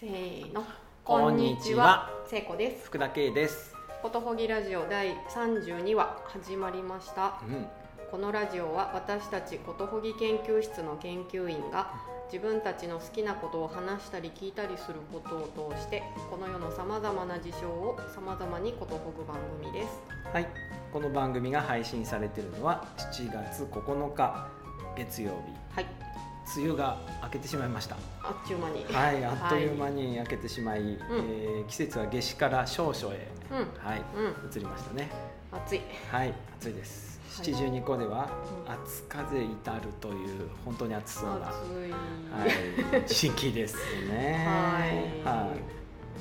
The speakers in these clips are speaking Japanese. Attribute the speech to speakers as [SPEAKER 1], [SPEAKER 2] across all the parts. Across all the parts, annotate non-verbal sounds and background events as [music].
[SPEAKER 1] せーの
[SPEAKER 2] こんにちは
[SPEAKER 1] 聖子です
[SPEAKER 2] 福田圭です、
[SPEAKER 1] ことほぎラジオ第32話始まりました
[SPEAKER 2] うん、
[SPEAKER 1] このラジオは私たちことほぎ研究室の研究員が自分たちの好きなことを話したり聞いたりすることを通してこの世のさまざまな事象をさまざまにことほぐ番組です
[SPEAKER 2] はいこの番組が配信されているのは7月9日月曜
[SPEAKER 1] はい
[SPEAKER 2] 日梅雨が明けてしまいました
[SPEAKER 1] あっちゅう間に、
[SPEAKER 2] はいあっという間に明けてしまい、えー季節は夏至から少々へ
[SPEAKER 1] うん
[SPEAKER 2] はい
[SPEAKER 1] うん
[SPEAKER 2] 移りましたね
[SPEAKER 1] 暑い
[SPEAKER 2] はい暑いです
[SPEAKER 1] はい
[SPEAKER 2] 七十二個では
[SPEAKER 1] うん
[SPEAKER 2] 暑風至るという本当に暑そうな、は
[SPEAKER 1] 暑い
[SPEAKER 2] い、時期ですね
[SPEAKER 1] はい
[SPEAKER 2] [laughs] はい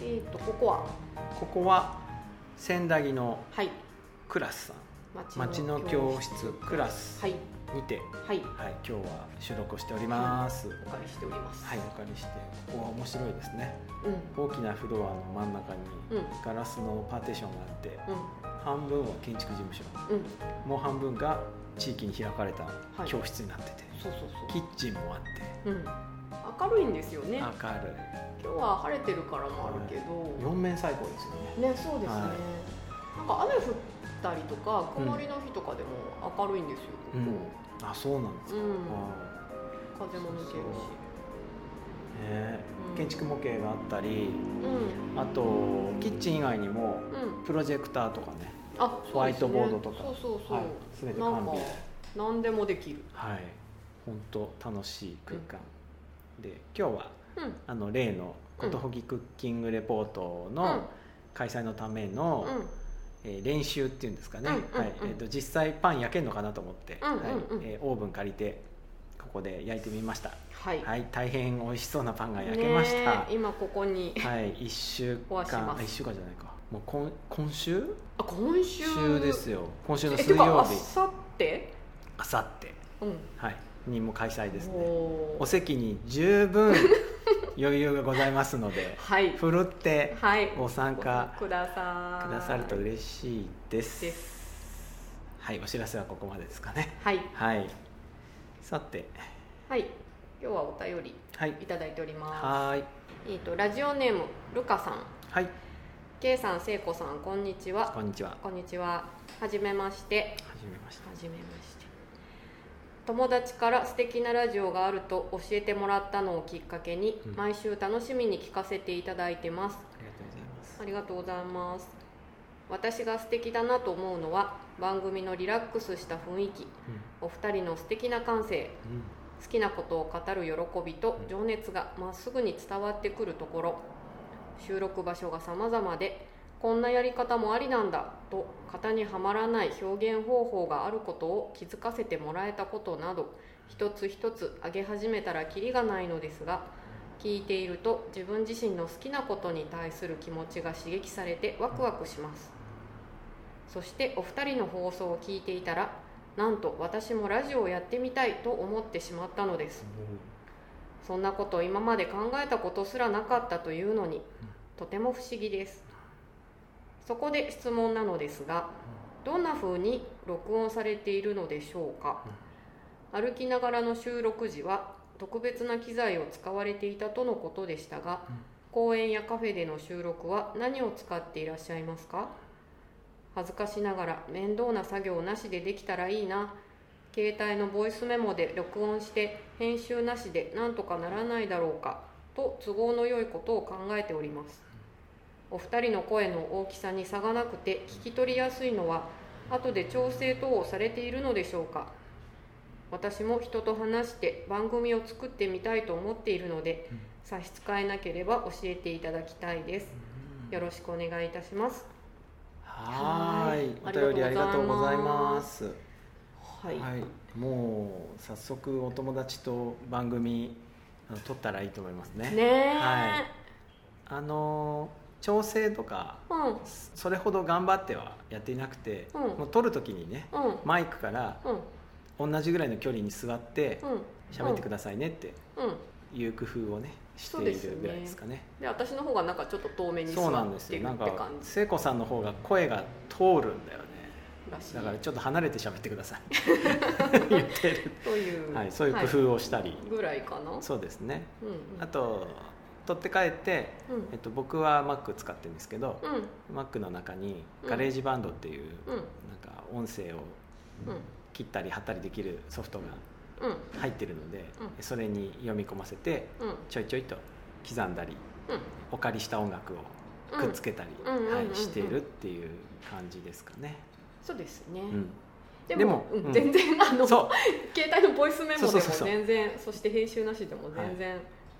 [SPEAKER 1] えっ、とここは
[SPEAKER 2] ここは千駄木の
[SPEAKER 1] はい
[SPEAKER 2] クラスさん町
[SPEAKER 1] 町
[SPEAKER 2] の
[SPEAKER 1] の
[SPEAKER 2] 教
[SPEAKER 1] 教室
[SPEAKER 2] 室クラス
[SPEAKER 1] はい
[SPEAKER 2] にて、
[SPEAKER 1] はい
[SPEAKER 2] はい、今日は収録をしております。は
[SPEAKER 1] お借りしております
[SPEAKER 2] い、お借りして、ここは面白いですね。
[SPEAKER 1] うん
[SPEAKER 2] 大きなフロアの真ん中に
[SPEAKER 1] うん
[SPEAKER 2] ガラスのパーテーションがあって、
[SPEAKER 1] う
[SPEAKER 2] 半分は建築事務所、
[SPEAKER 1] んうん
[SPEAKER 2] もう半分が地域に開かれた
[SPEAKER 1] い
[SPEAKER 2] 教室になってて、
[SPEAKER 1] そうそう
[SPEAKER 2] キッチンもあって、
[SPEAKER 1] そううん明るいんですよね
[SPEAKER 2] 明
[SPEAKER 1] 今日は晴れてるからもあるけ
[SPEAKER 2] るい、
[SPEAKER 1] ど
[SPEAKER 2] 四面最高ですよね。
[SPEAKER 1] ねそうですね、
[SPEAKER 2] は
[SPEAKER 1] なんか雨降ったりとか曇りの日とかでも明るいんですよ、ここ
[SPEAKER 2] うん、あ、そうなんです
[SPEAKER 1] う
[SPEAKER 2] か。
[SPEAKER 1] ん
[SPEAKER 2] あ
[SPEAKER 1] 風も抜けるし
[SPEAKER 2] ーね
[SPEAKER 1] うん
[SPEAKER 2] 建築模型があったり、
[SPEAKER 1] うん
[SPEAKER 2] あとキッチン以外にも
[SPEAKER 1] うん
[SPEAKER 2] プロジェクターとかね。
[SPEAKER 1] あ
[SPEAKER 2] ホワイトボードとか
[SPEAKER 1] そうそうそう、
[SPEAKER 2] はい、全て完
[SPEAKER 1] なんか
[SPEAKER 2] 備
[SPEAKER 1] 何でもできる
[SPEAKER 2] はい本当楽しい空間、で今日は
[SPEAKER 1] うん
[SPEAKER 2] あの例のことほぎクッキングレポートの開催のための、
[SPEAKER 1] うん
[SPEAKER 2] えー練習っていうんですかね、
[SPEAKER 1] うんうんうん
[SPEAKER 2] はいえー、と実際パン焼けるのかなと思って、
[SPEAKER 1] うんうんうん
[SPEAKER 2] はいえーオーブン借りてここで焼いてみました、
[SPEAKER 1] はい、
[SPEAKER 2] はい、大変美味しそうなパンが焼けました、
[SPEAKER 1] ねえ今ここに
[SPEAKER 2] はい1週
[SPEAKER 1] 壊し
[SPEAKER 2] 間
[SPEAKER 1] ま
[SPEAKER 2] あ
[SPEAKER 1] す
[SPEAKER 2] 1週間じゃないかもう今今週
[SPEAKER 1] あ今週
[SPEAKER 2] 週ですよ今週の
[SPEAKER 1] え
[SPEAKER 2] 水
[SPEAKER 1] てか
[SPEAKER 2] 曜
[SPEAKER 1] あ
[SPEAKER 2] 日
[SPEAKER 1] さって
[SPEAKER 2] あさって
[SPEAKER 1] うん
[SPEAKER 2] はい、にも開催ですね
[SPEAKER 1] おー
[SPEAKER 2] お席に十分余裕がございますので
[SPEAKER 1] はい
[SPEAKER 2] ふるって
[SPEAKER 1] はい
[SPEAKER 2] ご参加
[SPEAKER 1] ご覧ください
[SPEAKER 2] くださると嬉しいです
[SPEAKER 1] です
[SPEAKER 2] はいお知らせはここまでですかね
[SPEAKER 1] はい
[SPEAKER 2] はいさて
[SPEAKER 1] はい今日はお便り
[SPEAKER 2] はい
[SPEAKER 1] いただいておりま
[SPEAKER 2] はーい
[SPEAKER 1] すえっ、とラジオネームルカさん
[SPEAKER 2] はい
[SPEAKER 1] K さん聖子さんこんにちは
[SPEAKER 2] こんにちはは
[SPEAKER 1] こんにちははじめまして
[SPEAKER 2] じめまして
[SPEAKER 1] はじめまして友達から素敵なラジオがあると教えてもらったのをきっかけに、
[SPEAKER 2] うん
[SPEAKER 1] 毎週楽しみに聞かせていただいてます
[SPEAKER 2] ありがとうございます
[SPEAKER 1] ありがとうございます私が素敵だなと思うのは番組のリラックスした雰囲気お二人の素敵な感性
[SPEAKER 2] うんうん
[SPEAKER 1] 好きなことを語る喜びと情熱がまっすぐに伝わってくるところ収録場所が様々でこんなやり方もありなんだと型にはまらない表現方法があることを気づかせてもらえたことなど一つ一つ挙げ始めたらキリがないのですが聞いていると自分自身の好きなことに対する気持ちが刺激されてワクワクしますそしてお二人の放送を聞いていたらなんと私もラジオをやってみたいと思ってしまったのですそんなことを今まで考えたことすらなかったというのにとても不思議ですそこで質問なのですがどんな風に録音されているのでしょうか歩きながらの収録時は特別な機材を使われていたとのことでしたが
[SPEAKER 2] うん
[SPEAKER 1] 公園やカフェでの収録は何を使っていらっしゃいますか恥ずかしながら面倒な作業なしでできたらいいな携帯のボイスメモで録音して編集なしでなんとかならないだろうかと都合の良いことを考えておりますお二人の声の大きさに差がなくて聞き取りやすいのは後で調整等をされているのでしょうか私も人と話して番組を作ってみたいと思っているので
[SPEAKER 2] うん
[SPEAKER 1] 差し支えなければ教えていただきたいですよろしくお願いいたします
[SPEAKER 2] はーい
[SPEAKER 1] は
[SPEAKER 2] お
[SPEAKER 1] ーい
[SPEAKER 2] 便りありがとうございます
[SPEAKER 1] はい
[SPEAKER 2] はい、もう早速お友達と番組あの撮ったらいいと思いますね
[SPEAKER 1] ねえ、
[SPEAKER 2] はいあのー調整とか
[SPEAKER 1] うんうん
[SPEAKER 2] それほど頑張ってはやっていなくて、
[SPEAKER 1] うん
[SPEAKER 2] もう撮る時にね
[SPEAKER 1] うん
[SPEAKER 2] マイクから同じぐらいの距離に座って
[SPEAKER 1] うん
[SPEAKER 2] 喋ってくださいねって
[SPEAKER 1] うん
[SPEAKER 2] いう工夫をねしているぐらいですかね
[SPEAKER 1] で私の方がなんかちょっと遠目に座
[SPEAKER 2] そうなん
[SPEAKER 1] っ
[SPEAKER 2] です
[SPEAKER 1] て
[SPEAKER 2] よ
[SPEAKER 1] る
[SPEAKER 2] な
[SPEAKER 1] っ
[SPEAKER 2] ん
[SPEAKER 1] て
[SPEAKER 2] か
[SPEAKER 1] 感じ
[SPEAKER 2] 聖子さんの方が声が通るんだよね
[SPEAKER 1] らしい
[SPEAKER 2] だからちょっと離れて喋ってくだ
[SPEAKER 1] [laughs]
[SPEAKER 2] さい言ってる、
[SPEAKER 1] という、
[SPEAKER 2] はい、そういう工夫をしたり、
[SPEAKER 1] はいぐらいかな
[SPEAKER 2] そうですね
[SPEAKER 1] うんうん
[SPEAKER 2] あと取って帰って、
[SPEAKER 1] うん
[SPEAKER 2] えっと、僕は Mac 使ってるんですけど、
[SPEAKER 1] うん
[SPEAKER 2] Mac の中に
[SPEAKER 1] うん
[SPEAKER 2] ガレージバンドっていう、
[SPEAKER 1] うん
[SPEAKER 2] なんか音声を
[SPEAKER 1] うん
[SPEAKER 2] 切ったり貼ったりできるソフトが
[SPEAKER 1] うん
[SPEAKER 2] 入ってるので、
[SPEAKER 1] う
[SPEAKER 2] それに読み込ませて
[SPEAKER 1] うん
[SPEAKER 2] ちょいちょいと刻んだり
[SPEAKER 1] うん
[SPEAKER 2] お借りした音楽を
[SPEAKER 1] うん
[SPEAKER 2] くっつけたり、
[SPEAKER 1] うんうんうんうん
[SPEAKER 2] はい、しているっていう感じですかね。
[SPEAKER 1] そうですね、
[SPEAKER 2] うん
[SPEAKER 1] でも
[SPEAKER 2] でも
[SPEAKER 1] うん
[SPEAKER 2] うん
[SPEAKER 1] 全然あの
[SPEAKER 2] そ
[SPEAKER 1] 携帯のボイスメモで
[SPEAKER 2] そう
[SPEAKER 1] も
[SPEAKER 2] そうそうそう
[SPEAKER 1] 全然そして編集なしでも全然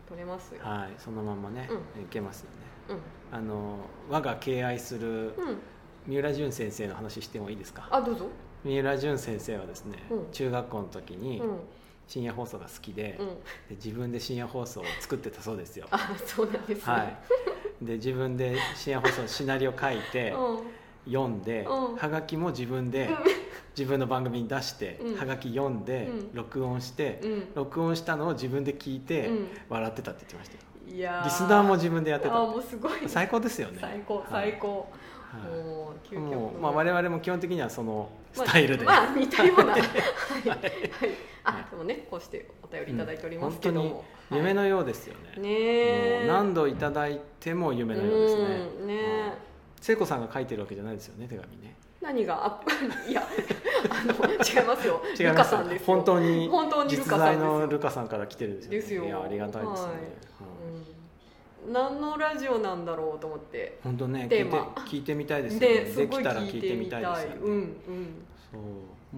[SPEAKER 1] 取れますよ
[SPEAKER 2] う、、はい、そのままね、いけますよね。
[SPEAKER 1] うん
[SPEAKER 2] あの我が敬愛する
[SPEAKER 1] うん
[SPEAKER 2] 三浦淳先生の話してもいいですか
[SPEAKER 1] あどうぞ
[SPEAKER 2] 三浦淳先生はですね、
[SPEAKER 1] うん
[SPEAKER 2] 中学校の時
[SPEAKER 1] う
[SPEAKER 2] に
[SPEAKER 1] ん
[SPEAKER 2] 深夜放送が好きで,、
[SPEAKER 1] う
[SPEAKER 2] で
[SPEAKER 1] ん
[SPEAKER 2] 自分で深夜放送を作ってたそうですよ。
[SPEAKER 1] あそうなんですね、
[SPEAKER 2] はい、で自分で深夜放送のシナリオ書いて、
[SPEAKER 1] う
[SPEAKER 2] 読んで、
[SPEAKER 1] うん
[SPEAKER 2] はがきも自分で、
[SPEAKER 1] うん
[SPEAKER 2] 自分の番組に出して、
[SPEAKER 1] うん
[SPEAKER 2] はがき読んで、
[SPEAKER 1] うん
[SPEAKER 2] 録音して、
[SPEAKER 1] ん
[SPEAKER 2] 録音したのを自分で聞いて、
[SPEAKER 1] うん
[SPEAKER 2] 笑ってたって言ってましたよ
[SPEAKER 1] うんいや
[SPEAKER 2] リスナーも
[SPEAKER 1] や
[SPEAKER 2] 自分でやってた
[SPEAKER 1] あ
[SPEAKER 2] っ
[SPEAKER 1] もうすごい
[SPEAKER 2] て最高ですよね
[SPEAKER 1] 最高
[SPEAKER 2] はい
[SPEAKER 1] 最高、
[SPEAKER 2] はい
[SPEAKER 1] もう究極
[SPEAKER 2] もう、
[SPEAKER 1] の
[SPEAKER 2] まあ、我々も基本的にはそのスタイルで、
[SPEAKER 1] まあ、まあ似たようなはい、はい、
[SPEAKER 2] は
[SPEAKER 1] あ
[SPEAKER 2] い
[SPEAKER 1] でもねこうしてお便りいただいておりま
[SPEAKER 2] 本
[SPEAKER 1] す
[SPEAKER 2] 当
[SPEAKER 1] けど
[SPEAKER 2] に
[SPEAKER 1] も、
[SPEAKER 2] 夢のようですよね、
[SPEAKER 1] ねえ
[SPEAKER 2] もう何度いただいても夢のようですね
[SPEAKER 1] うんねえ
[SPEAKER 2] うん聖子さんが書いてるわけじゃないですよね手紙ね
[SPEAKER 1] 何があ [laughs] いやあの違いますよ
[SPEAKER 2] 違い
[SPEAKER 1] ル
[SPEAKER 2] ま
[SPEAKER 1] カ
[SPEAKER 2] す
[SPEAKER 1] さんですよ
[SPEAKER 2] 本当に
[SPEAKER 1] 本当にル
[SPEAKER 2] 実
[SPEAKER 1] カさ
[SPEAKER 2] 在
[SPEAKER 1] ん
[SPEAKER 2] の
[SPEAKER 1] です
[SPEAKER 2] ル
[SPEAKER 1] よ、
[SPEAKER 2] カさんから来てるんですよ,、ね、
[SPEAKER 1] ですよ
[SPEAKER 2] いやありがたいですね、
[SPEAKER 1] はい
[SPEAKER 2] うん
[SPEAKER 1] うん、何のラジオなんだろうと思って
[SPEAKER 2] 本当ね聞
[SPEAKER 1] テ
[SPEAKER 2] い
[SPEAKER 1] ー
[SPEAKER 2] て
[SPEAKER 1] マ
[SPEAKER 2] 聞いてみたいですよね
[SPEAKER 1] で、す
[SPEAKER 2] で
[SPEAKER 1] ご
[SPEAKER 2] き
[SPEAKER 1] い
[SPEAKER 2] たら
[SPEAKER 1] 聞
[SPEAKER 2] 聞
[SPEAKER 1] い
[SPEAKER 2] いて
[SPEAKER 1] てみ
[SPEAKER 2] み
[SPEAKER 1] た
[SPEAKER 2] た
[SPEAKER 1] い
[SPEAKER 2] いですよね、
[SPEAKER 1] うんうん
[SPEAKER 2] そ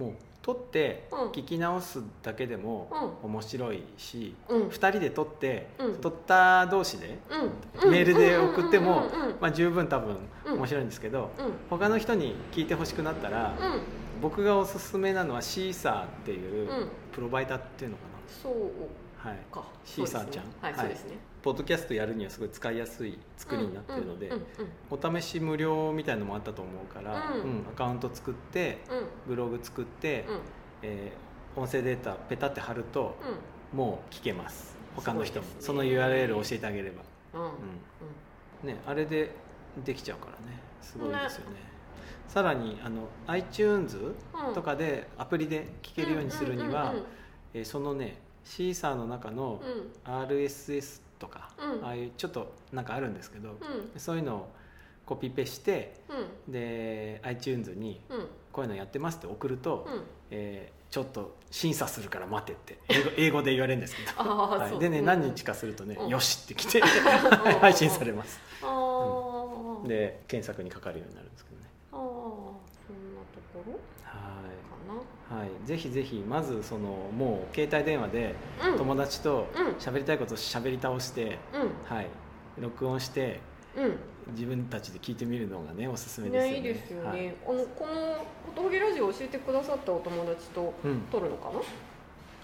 [SPEAKER 2] うもう撮って
[SPEAKER 1] うん
[SPEAKER 2] 聞き直すだけでも面白いし、
[SPEAKER 1] うん
[SPEAKER 2] 2人で撮って、
[SPEAKER 1] うん
[SPEAKER 2] 撮った同士で、
[SPEAKER 1] うん
[SPEAKER 2] メールで送って
[SPEAKER 1] う
[SPEAKER 2] も
[SPEAKER 1] んうんうん
[SPEAKER 2] まあ、十分多分
[SPEAKER 1] うん
[SPEAKER 2] 面白いんですけど、
[SPEAKER 1] うん
[SPEAKER 2] 他の人に聞いてほしくなったら、
[SPEAKER 1] うん
[SPEAKER 2] 僕がおすすめなのはシーサーっていう、
[SPEAKER 1] うん
[SPEAKER 2] プロバイダーっていうのか
[SPEAKER 1] そう
[SPEAKER 2] な、はい、
[SPEAKER 1] か
[SPEAKER 2] シーサーちゃん
[SPEAKER 1] そうですねはい、
[SPEAKER 2] はい
[SPEAKER 1] そうですね
[SPEAKER 2] ポッドキャストやるにはすごい使いやすい作りになってるので、
[SPEAKER 1] うんうん
[SPEAKER 2] お試し無料みたいのもあったと思うから、
[SPEAKER 1] うん
[SPEAKER 2] うんアカウント作って
[SPEAKER 1] うんうん
[SPEAKER 2] ブログ作って、
[SPEAKER 1] うん
[SPEAKER 2] えー音声データペタって貼ると、もう聞けます他の人も、
[SPEAKER 1] すごいですね
[SPEAKER 2] その URL を教えてあげれば、
[SPEAKER 1] うんうん
[SPEAKER 2] うんね、あれでできちゃうからねすごいですよねさらにあの iTunes
[SPEAKER 1] うん
[SPEAKER 2] とかでアプリで聞けるようにするには、えーそのねシーサーの中の
[SPEAKER 1] うんうんうん
[SPEAKER 2] RSS とか、
[SPEAKER 1] うん
[SPEAKER 2] ああいうちょっとなんかあるんですけど、
[SPEAKER 1] うん
[SPEAKER 2] そういうのをコピペして
[SPEAKER 1] うん
[SPEAKER 2] で iTunes に
[SPEAKER 1] うんうん
[SPEAKER 2] こういうのやってますって送ると、
[SPEAKER 1] うん
[SPEAKER 2] えーちょっと審査するから待てって英語英語で言われるんですけど
[SPEAKER 1] [laughs] ああ、
[SPEAKER 2] はい
[SPEAKER 1] そう
[SPEAKER 2] でね、
[SPEAKER 1] うん
[SPEAKER 2] 何日かするとね、
[SPEAKER 1] うん
[SPEAKER 2] よしって来て
[SPEAKER 1] う
[SPEAKER 2] [laughs]
[SPEAKER 1] ん
[SPEAKER 2] 配信されます
[SPEAKER 1] あー
[SPEAKER 2] で検索にかかるようになるんですけどね
[SPEAKER 1] あーそんなところ
[SPEAKER 2] は
[SPEAKER 1] か
[SPEAKER 2] い、はい、ぜひぜひまずそのもう携帯電話で
[SPEAKER 1] なうん
[SPEAKER 2] 友達と
[SPEAKER 1] うん
[SPEAKER 2] 喋りたいことを喋り倒して、
[SPEAKER 1] う
[SPEAKER 2] はい、録音して
[SPEAKER 1] んうん
[SPEAKER 2] 自分たちで聞いてみるのがねおすすめですよね
[SPEAKER 1] ね、いいですよね、
[SPEAKER 2] はい
[SPEAKER 1] あのこの「ことほぎラジオ」教えてくださったお友達と
[SPEAKER 2] うん、
[SPEAKER 1] 撮るのかな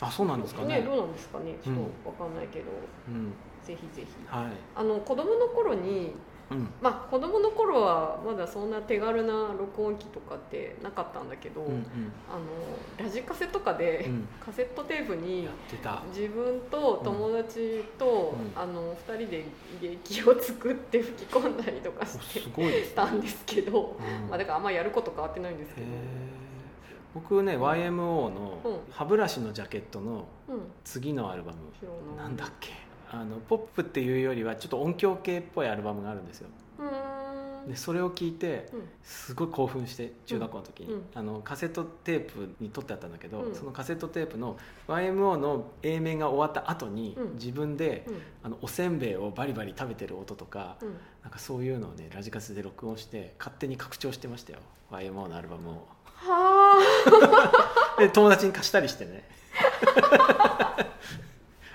[SPEAKER 2] あそうなんですかね
[SPEAKER 1] どうなんですかねちょっ
[SPEAKER 2] うん
[SPEAKER 1] とわかんないけど、
[SPEAKER 2] うん
[SPEAKER 1] ぜひぜひ
[SPEAKER 2] はい
[SPEAKER 1] あの子供の頃に
[SPEAKER 2] うん
[SPEAKER 1] まあ子供の頃はまだそんな手軽な録音機とかってなかったんだけど、
[SPEAKER 2] うんうん
[SPEAKER 1] あのラジカセとかで、
[SPEAKER 2] うん
[SPEAKER 1] カセットテープに
[SPEAKER 2] やってた
[SPEAKER 1] 自分と友達と、
[SPEAKER 2] うん
[SPEAKER 1] あの2人で劇を作って吹き込んだりとか
[SPEAKER 2] お
[SPEAKER 1] して
[SPEAKER 2] すごいですね
[SPEAKER 1] たんですけど、
[SPEAKER 2] うん
[SPEAKER 1] まあ、だからあんまやること変わってないんですけ
[SPEAKER 2] へ
[SPEAKER 1] ど、
[SPEAKER 2] ー僕ね YMO の
[SPEAKER 1] うん
[SPEAKER 2] 歯ブラシのジャケットの
[SPEAKER 1] うん、
[SPEAKER 2] 次のアルバム、
[SPEAKER 1] 知らない
[SPEAKER 2] なんだっけあのポップっていうよりはちょっと音響系っぽいアルバムがあるんですよ
[SPEAKER 1] うーん
[SPEAKER 2] でそれを聞いて
[SPEAKER 1] うん
[SPEAKER 2] すごい興奮して中学校の時に、
[SPEAKER 1] うん
[SPEAKER 2] あのカセットテープに撮ってあったんだけど、
[SPEAKER 1] うん
[SPEAKER 2] そのカセットテープの YMO の A 面が終わった後に、
[SPEAKER 1] うん
[SPEAKER 2] 自分で
[SPEAKER 1] うん
[SPEAKER 2] あのおせんべいをバリバリ食べてる音とか、
[SPEAKER 1] うん
[SPEAKER 2] なんかそういうのをねラジカセで録音して勝手に拡張してましたよ YMO のアルバムを
[SPEAKER 1] は
[SPEAKER 2] で友達に貸したりしてね [laughs]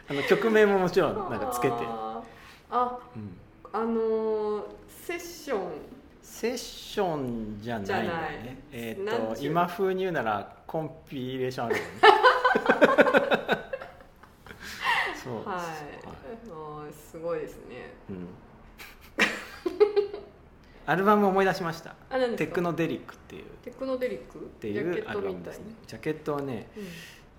[SPEAKER 2] あの曲名ももちろん
[SPEAKER 1] あ
[SPEAKER 2] なんかつけて、
[SPEAKER 1] あ
[SPEAKER 2] うん、
[SPEAKER 1] あのーセッション
[SPEAKER 2] セッションじゃないんだ
[SPEAKER 1] じゃない
[SPEAKER 2] ねえっ、
[SPEAKER 1] なん
[SPEAKER 2] と
[SPEAKER 1] ちゅう
[SPEAKER 2] 今風に言うならコンピレーションあるよね
[SPEAKER 1] [laughs] はい
[SPEAKER 2] そうそう
[SPEAKER 1] あーすごいですね
[SPEAKER 2] うん [laughs] アルバムを思い出しました
[SPEAKER 1] あ何で
[SPEAKER 2] 「
[SPEAKER 1] す
[SPEAKER 2] テ
[SPEAKER 1] か
[SPEAKER 2] クノデリック」っていうっ
[SPEAKER 1] テクノデリックって
[SPEAKER 2] いう
[SPEAKER 1] ジャケ
[SPEAKER 2] ア
[SPEAKER 1] ット
[SPEAKER 2] ルバ
[SPEAKER 1] み
[SPEAKER 2] ム
[SPEAKER 1] た
[SPEAKER 2] で
[SPEAKER 1] い
[SPEAKER 2] すねジャケットはね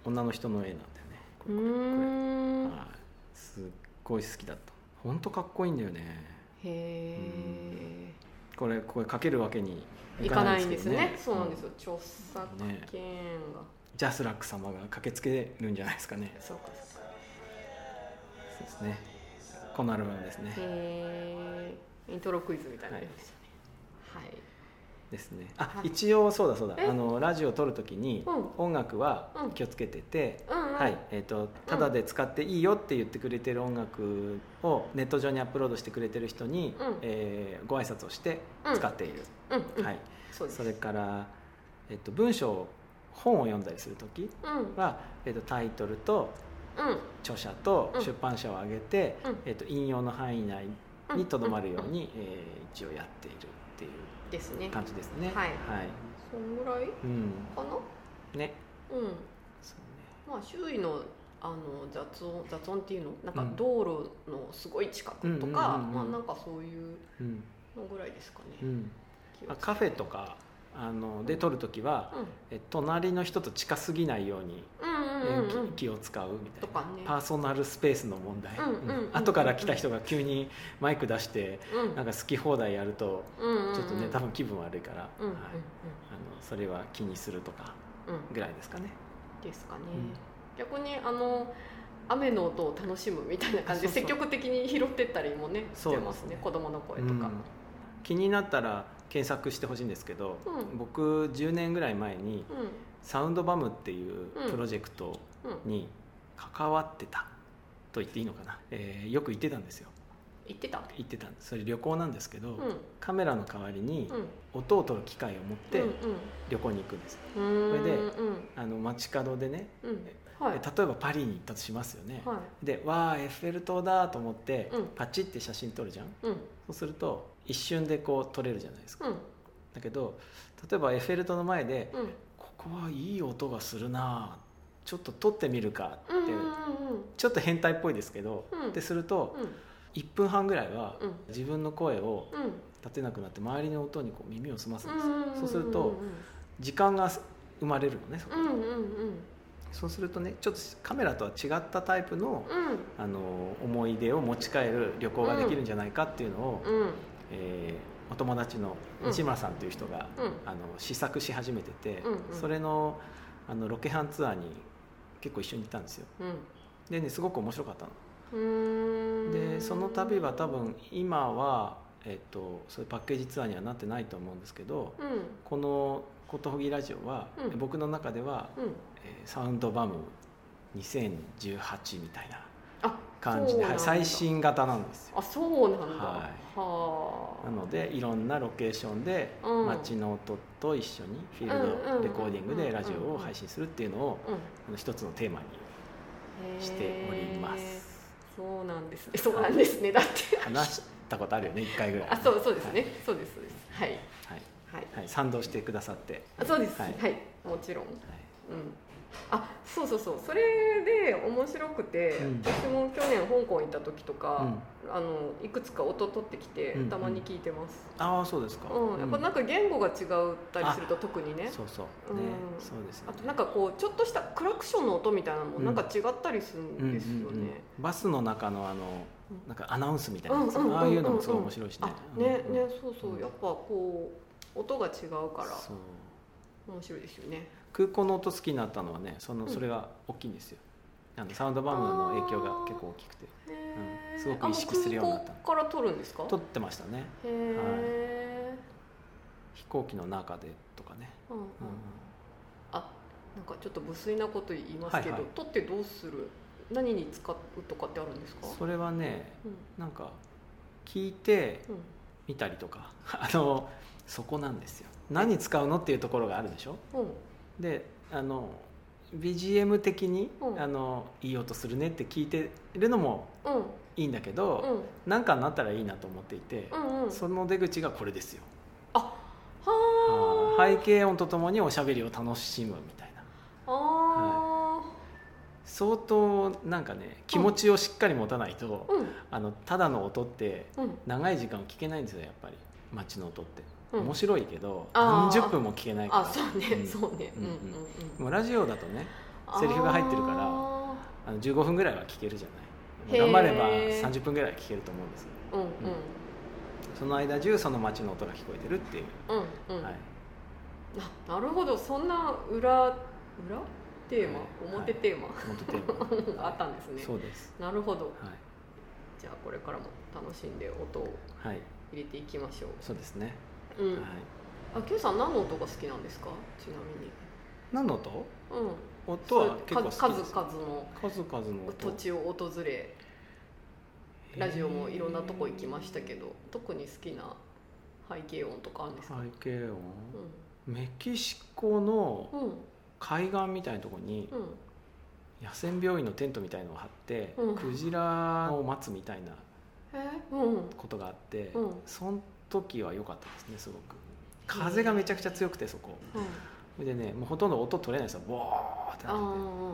[SPEAKER 2] 女の人の絵なんだよねこ
[SPEAKER 1] う
[SPEAKER 2] れ
[SPEAKER 1] んうーん
[SPEAKER 2] これこれはいすっごい好きだったほんとかっこいいんだよね
[SPEAKER 1] へえ
[SPEAKER 2] これこれかけるわけに
[SPEAKER 1] 行かないんですねそうなんです
[SPEAKER 2] よ
[SPEAKER 1] よ著作権が
[SPEAKER 2] ジャスラック様が駆けつけるんじゃないですかね
[SPEAKER 1] そうかそうか
[SPEAKER 2] そうですねこのアルバムですね、
[SPEAKER 1] えー、イントロクイズみたいなのありましたねはい、
[SPEAKER 2] ですね
[SPEAKER 1] は
[SPEAKER 2] あ
[SPEAKER 1] い
[SPEAKER 2] 一応そうだそうだ
[SPEAKER 1] え
[SPEAKER 2] あのラジオを撮る時に
[SPEAKER 1] うん
[SPEAKER 2] 音楽は
[SPEAKER 1] うん
[SPEAKER 2] 気をつけてて、
[SPEAKER 1] うんうん
[SPEAKER 2] はいえー、とただで使っていいよって言ってくれてる音楽をネット上にアップロードしてくれてる人に、
[SPEAKER 1] うん
[SPEAKER 2] えーご挨拶をして
[SPEAKER 1] うん
[SPEAKER 2] 使っている、
[SPEAKER 1] うんうん、
[SPEAKER 2] はい、
[SPEAKER 1] そうです
[SPEAKER 2] それから、えっと文章を本を読んだりする時
[SPEAKER 1] うんうん
[SPEAKER 2] は、えっとタイトルと著者と
[SPEAKER 1] うん
[SPEAKER 2] 出版社を挙げて、
[SPEAKER 1] うん
[SPEAKER 2] えっと引用の範囲内
[SPEAKER 1] うん
[SPEAKER 2] にとどまるように、えー一応やっているっていう
[SPEAKER 1] ですね
[SPEAKER 2] 感じですね。
[SPEAKER 1] はい
[SPEAKER 2] はい
[SPEAKER 1] そんぐらい
[SPEAKER 2] うん
[SPEAKER 1] かな
[SPEAKER 2] ね
[SPEAKER 1] うん
[SPEAKER 2] そう
[SPEAKER 1] まあ周囲のあの雑音雑音っていうのなん
[SPEAKER 2] う
[SPEAKER 1] か
[SPEAKER 2] ん
[SPEAKER 1] 道路のすごい近くとか、
[SPEAKER 2] うんうんうんうん
[SPEAKER 1] まあなんかそういう
[SPEAKER 2] ねうん
[SPEAKER 1] のぐらいですか
[SPEAKER 2] う
[SPEAKER 1] ね、
[SPEAKER 2] ん
[SPEAKER 1] 気をつけて
[SPEAKER 2] あカフェとかあので撮る時は、
[SPEAKER 1] うん
[SPEAKER 2] え隣の人と近すぎないように、
[SPEAKER 1] うんうんうんうん
[SPEAKER 2] えーき気を使うみたいな
[SPEAKER 1] とかね
[SPEAKER 2] パーソナルスペースの問題、
[SPEAKER 1] うんうんうん
[SPEAKER 2] 後から来た人が急にマイク出して
[SPEAKER 1] うん
[SPEAKER 2] なんか好き放題やると
[SPEAKER 1] うんうんうん
[SPEAKER 2] ちょっとね多分気分悪いから、
[SPEAKER 1] うんうん
[SPEAKER 2] はい、あのそれは気にするとか
[SPEAKER 1] うんうん
[SPEAKER 2] ぐらいですかね。
[SPEAKER 1] ですかね、
[SPEAKER 2] うん
[SPEAKER 1] 逆にあの雨の音を楽しむみたいな感じで
[SPEAKER 2] あそうそ
[SPEAKER 1] 積
[SPEAKER 2] う
[SPEAKER 1] 極的に拾ってったりもねし
[SPEAKER 2] そう
[SPEAKER 1] て
[SPEAKER 2] ですね
[SPEAKER 1] ますね子供の声とか、
[SPEAKER 2] うん気になったら検索してほしいんですけど、
[SPEAKER 1] うん
[SPEAKER 2] 僕10年ぐらい前に
[SPEAKER 1] うん
[SPEAKER 2] サウンドバムっていう
[SPEAKER 1] うん
[SPEAKER 2] プロジェクト
[SPEAKER 1] うん
[SPEAKER 2] に関わってたと言っていいのかな、えーよく行ってたんですよ
[SPEAKER 1] 言ってた
[SPEAKER 2] 行ってたんですそれ旅行なんですけ
[SPEAKER 1] う
[SPEAKER 2] ど、
[SPEAKER 1] んうん
[SPEAKER 2] カメラの代わりに
[SPEAKER 1] うん
[SPEAKER 2] 音を取る機械を持って
[SPEAKER 1] うん
[SPEAKER 2] 旅行に行くんです、
[SPEAKER 1] うん
[SPEAKER 2] これで
[SPEAKER 1] うん
[SPEAKER 2] あの街角でね、
[SPEAKER 1] うんはい
[SPEAKER 2] 例えばパリに行ったとしますよね、
[SPEAKER 1] はい
[SPEAKER 2] でわあエッフェル塔だと思って、
[SPEAKER 1] うん
[SPEAKER 2] パチって写真撮るじゃん
[SPEAKER 1] うん
[SPEAKER 2] そうすると一瞬でこう撮れるじゃないですか、
[SPEAKER 1] うん
[SPEAKER 2] だけど例えばエッフェル塔の前で、
[SPEAKER 1] うん
[SPEAKER 2] ここはいい音がするなあちょっと撮ってみるかって、
[SPEAKER 1] うんうん
[SPEAKER 2] ちょっと変態っぽいですけど、
[SPEAKER 1] うん
[SPEAKER 2] ってすると
[SPEAKER 1] うんうん
[SPEAKER 2] 1分半ぐらいは
[SPEAKER 1] うん
[SPEAKER 2] 自分の声を
[SPEAKER 1] うん
[SPEAKER 2] 立てなくなって周りの音にこう耳を澄ますんですよ、
[SPEAKER 1] うん
[SPEAKER 2] そうすると時間が生まれるのねそこ
[SPEAKER 1] うんうんうん
[SPEAKER 2] そうするとねちょっとカメラとは違ったタイプの
[SPEAKER 1] うん
[SPEAKER 2] あの思い出を持ち帰る旅行ができるんじゃないかっていうのを、
[SPEAKER 1] うん
[SPEAKER 2] えーお友達の西村さんという人が、
[SPEAKER 1] うん
[SPEAKER 2] あの試作し始めてて、
[SPEAKER 1] うんうん
[SPEAKER 2] それのあのロケハンツアーに結構一緒に行ったんですよ
[SPEAKER 1] うん
[SPEAKER 2] でねすごく面白かったの
[SPEAKER 1] うーん
[SPEAKER 2] でその旅は多分今は、えっとそういうパッケージツアーにはなってないと思うんですけど
[SPEAKER 1] うん
[SPEAKER 2] この「ことほぎラジオは」
[SPEAKER 1] うん
[SPEAKER 2] 僕の中では、
[SPEAKER 1] うん
[SPEAKER 2] えーサウンドバム2018みたいな
[SPEAKER 1] あ
[SPEAKER 2] 感じ
[SPEAKER 1] そう
[SPEAKER 2] で、
[SPEAKER 1] なん
[SPEAKER 2] はい
[SPEAKER 1] だ
[SPEAKER 2] 最新型なんですよ
[SPEAKER 1] あそうなんだ
[SPEAKER 2] は
[SPEAKER 1] はあ
[SPEAKER 2] なのでいろんなロケーションで
[SPEAKER 1] うん
[SPEAKER 2] 街の音と一緒にフィ
[SPEAKER 1] うんうんう
[SPEAKER 2] ー
[SPEAKER 1] ん
[SPEAKER 2] ルドレコーディングでラジオを配信するっていうのを
[SPEAKER 1] うん
[SPEAKER 2] あの一つのテーマにしておりま
[SPEAKER 1] へー
[SPEAKER 2] す
[SPEAKER 1] そうなんですね。そうなんですね。だって。
[SPEAKER 2] 話したことあるよね1回ぐらい
[SPEAKER 1] あ、そう、そうですね。そうです。そうです。はい。
[SPEAKER 2] はい
[SPEAKER 1] はい。
[SPEAKER 2] はい、賛同してくださって
[SPEAKER 1] あ、そうです。
[SPEAKER 2] は
[SPEAKER 1] はいい。もちろん。うん。
[SPEAKER 2] はい
[SPEAKER 1] あ、そうそうそう。それで面白くて、
[SPEAKER 2] うん
[SPEAKER 1] 私も去年香港行った時とか、あのいくつか音取ってきて
[SPEAKER 2] うんうん
[SPEAKER 1] たまに聞いてます。
[SPEAKER 2] ああそうですか、
[SPEAKER 1] うん。やっぱなんか言語が違ったりすると特にね。
[SPEAKER 2] そうそうね、
[SPEAKER 1] うん
[SPEAKER 2] そうですよ、ね
[SPEAKER 1] あ、となんかこうちょっとしたクラクションの音みたいなのも
[SPEAKER 2] うん
[SPEAKER 1] なんか違ったりするんですよ
[SPEAKER 2] うんうんうん
[SPEAKER 1] ね。
[SPEAKER 2] バスの中のあの
[SPEAKER 1] うん
[SPEAKER 2] なんかアナウンスみたいなやつ、
[SPEAKER 1] うんうんうんうん
[SPEAKER 2] ああいうのもすごい面白いしね
[SPEAKER 1] あ、ね
[SPEAKER 2] うんうん
[SPEAKER 1] ねそうそうやっぱこう音が違うから
[SPEAKER 2] そう
[SPEAKER 1] 面白いですよね。
[SPEAKER 2] 空港の音好きになったのはねその
[SPEAKER 1] うん
[SPEAKER 2] それが大きいんですよ、あのサウンドバムの影響が結構大きくて
[SPEAKER 1] へー
[SPEAKER 2] すごく意識するようになった
[SPEAKER 1] あも空港から撮るんですか？
[SPEAKER 2] 撮ってましたね
[SPEAKER 1] へえ。
[SPEAKER 2] 飛行機の中でとかね、
[SPEAKER 1] うんうん
[SPEAKER 2] うんうん
[SPEAKER 1] あ、なんかちょっと無粋なこと言いますけど、
[SPEAKER 2] はいはい
[SPEAKER 1] 撮ってどうする？何に使うとかってあるんですか？
[SPEAKER 2] それはね
[SPEAKER 1] うん
[SPEAKER 2] なんか聞いて
[SPEAKER 1] うん
[SPEAKER 2] 見たりとか [laughs] あのそこなんですよ何使うのっていうところがあるでしょ
[SPEAKER 1] うん
[SPEAKER 2] であの BGM 的に、
[SPEAKER 1] うん
[SPEAKER 2] あのいい音するねって聞いてるのも
[SPEAKER 1] うん
[SPEAKER 2] いいんだけど、なんかになったらいいなと思っていて、
[SPEAKER 1] うんうんうん。
[SPEAKER 2] その出口がこれですよ、
[SPEAKER 1] はあ。
[SPEAKER 2] 背景音とともにおしゃべりを楽しむみたいな
[SPEAKER 1] ああ。
[SPEAKER 2] 相当なんかね気持ちをしっかり持たないと、
[SPEAKER 1] うん
[SPEAKER 2] あのただの音って
[SPEAKER 1] うん
[SPEAKER 2] 長い時間聞けないんですよやっぱり街の音って、
[SPEAKER 1] うん
[SPEAKER 2] 面白いけど
[SPEAKER 1] あ
[SPEAKER 2] 何
[SPEAKER 1] ー
[SPEAKER 2] 十分も聞けないから
[SPEAKER 1] あ、そうね、
[SPEAKER 2] うん
[SPEAKER 1] そうね。
[SPEAKER 2] う
[SPEAKER 1] うんんうん
[SPEAKER 2] う
[SPEAKER 1] んうん。
[SPEAKER 2] もうラジオだとねセリフが入ってるから
[SPEAKER 1] あ
[SPEAKER 2] あの15分ぐらいは聞けるじゃない
[SPEAKER 1] へ
[SPEAKER 2] もう
[SPEAKER 1] ー
[SPEAKER 2] 頑張れば30分ぐらい聞けると思うんですよ
[SPEAKER 1] ー。うんうん
[SPEAKER 2] その間中その街の音が聞こえてるっていう、
[SPEAKER 1] うんうん。
[SPEAKER 2] はい、
[SPEAKER 1] あなるほどそんな裏裏テーマ、
[SPEAKER 2] はい
[SPEAKER 1] 表テーマ、
[SPEAKER 2] 元テー
[SPEAKER 1] [laughs]
[SPEAKER 2] マ
[SPEAKER 1] あったんですね
[SPEAKER 2] そうです、
[SPEAKER 1] なるほど
[SPEAKER 2] はい、
[SPEAKER 1] じじゃあこれからも楽しんで音を
[SPEAKER 2] はい
[SPEAKER 1] 入れていきましょ
[SPEAKER 2] そうですね、
[SPEAKER 1] う、う
[SPEAKER 2] は
[SPEAKER 1] ん
[SPEAKER 2] い、
[SPEAKER 1] あ Q さん何の音が好きなんですかちなみに
[SPEAKER 2] 何の音
[SPEAKER 1] うん
[SPEAKER 2] 音は結構好きです
[SPEAKER 1] 数数々の
[SPEAKER 2] 数々の音
[SPEAKER 1] 土地を訪れラジオもいろんなとこ行きましたけど特に好きな背景音とかあるんですか、
[SPEAKER 2] 背景音、メキシコの
[SPEAKER 1] うんうん
[SPEAKER 2] 海岸みたいなとこに
[SPEAKER 1] うん
[SPEAKER 2] 野戦病院のテントみたいのを張って、
[SPEAKER 1] うん
[SPEAKER 2] クジラを待つみたいな
[SPEAKER 1] えうん
[SPEAKER 2] ことがあって、
[SPEAKER 1] うん
[SPEAKER 2] その時は良かったですねすごく風がめちゃくちゃ強くてそこ
[SPEAKER 1] うん
[SPEAKER 2] それでねもうほとんど音取れないんですよボーって
[SPEAKER 1] あ
[SPEAKER 2] なって
[SPEAKER 1] ー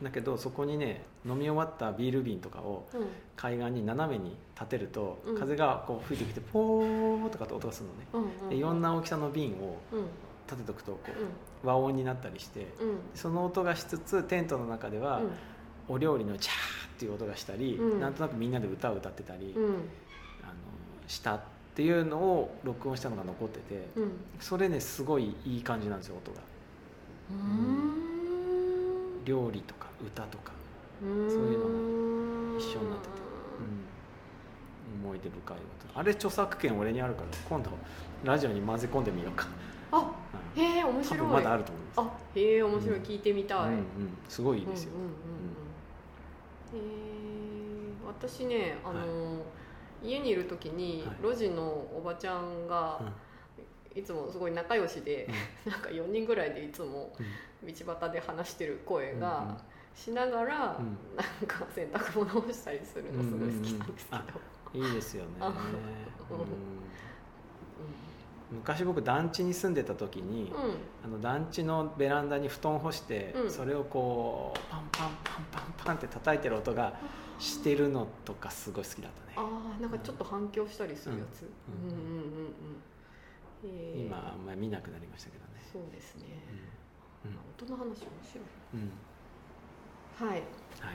[SPEAKER 2] てだけどそこにね飲み終わったビール瓶とかを
[SPEAKER 1] うん
[SPEAKER 2] 海岸に斜めに立てると、
[SPEAKER 1] うん
[SPEAKER 2] 風がこう吹いてきてポーとかって音がするのね、
[SPEAKER 1] うんうん
[SPEAKER 2] でいろんな大きさの瓶を
[SPEAKER 1] うんうん
[SPEAKER 2] 立てとくとこう和音になったりして
[SPEAKER 1] うん
[SPEAKER 2] その音がしつつテントの中では、お料理のチャーっていう音がしたり、
[SPEAKER 1] うん
[SPEAKER 2] なんとなくみんなで歌を歌ってたり、
[SPEAKER 1] うんうん
[SPEAKER 2] あのしたっていうのを録音したのが残ってて、
[SPEAKER 1] うん
[SPEAKER 2] それねすごいいい感じなんですよ音が
[SPEAKER 1] うん
[SPEAKER 2] 料理とか歌とか、
[SPEAKER 1] うん
[SPEAKER 2] そういうのも一緒になっててうん思い出深い音あれ著作権俺にあるから今度ラジオに混ぜ込んでみようか、
[SPEAKER 1] あ
[SPEAKER 2] うん
[SPEAKER 1] へえ面
[SPEAKER 2] 多
[SPEAKER 1] 白い
[SPEAKER 2] 分まだあると思います
[SPEAKER 1] あへえ面白い、
[SPEAKER 2] うん
[SPEAKER 1] 聞いてみたい、
[SPEAKER 2] うんうん、すごいいいですよ、
[SPEAKER 1] うんうんうんうんえー私ねあのー、家にいる時に
[SPEAKER 2] は
[SPEAKER 1] 路地のおばちゃんが
[SPEAKER 2] うん
[SPEAKER 1] いつもすごい仲良しで、 [laughs] なんか4人ぐらいでいつも
[SPEAKER 2] うん
[SPEAKER 1] 道端で話してる声
[SPEAKER 2] うんうん
[SPEAKER 1] がしながら、
[SPEAKER 2] うん
[SPEAKER 1] なんか洗濯物をしたりするのすごい好きなんですけど、
[SPEAKER 2] いいですよね、
[SPEAKER 1] あ
[SPEAKER 2] うん昔僕団地に住んでた時に、
[SPEAKER 1] うんうん
[SPEAKER 2] あの団地のベランダに布団干して、
[SPEAKER 1] うん
[SPEAKER 2] それをこうパンパンパンパンパンって叩いてる音がしてるのとかすごい好きだったね
[SPEAKER 1] あーなんかちょっと反響したりするやつ、
[SPEAKER 2] うん
[SPEAKER 1] うん、うんうんうんうんえー
[SPEAKER 2] 今あんまり見なくなりましたけどね
[SPEAKER 1] そうですね、
[SPEAKER 2] うん
[SPEAKER 1] 音の話面
[SPEAKER 2] うん、うん
[SPEAKER 1] 白いはい
[SPEAKER 2] はい、
[SPEAKER 1] 今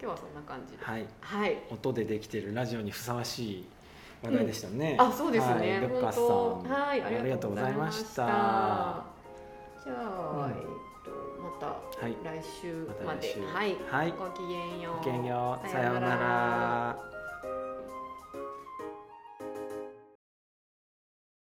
[SPEAKER 1] 日はそんな感じで
[SPEAKER 2] はい、
[SPEAKER 1] はい
[SPEAKER 2] 音でできてるラジオにふさわしい話題でしたね、
[SPEAKER 1] あ、そうです
[SPEAKER 2] はい
[SPEAKER 1] ね。
[SPEAKER 2] ルッカ
[SPEAKER 1] 本
[SPEAKER 2] ス
[SPEAKER 1] 当。
[SPEAKER 2] さん
[SPEAKER 1] はい、
[SPEAKER 2] ありがとうございました
[SPEAKER 1] ありがとうございましたじゃあ、
[SPEAKER 2] うん
[SPEAKER 1] えっとまた
[SPEAKER 2] はい
[SPEAKER 1] 来週
[SPEAKER 2] また
[SPEAKER 1] ま
[SPEAKER 2] 来
[SPEAKER 1] で
[SPEAKER 2] 週。
[SPEAKER 1] はい。
[SPEAKER 2] はい、
[SPEAKER 1] ごきげんよう。
[SPEAKER 2] ごきげんようさようなら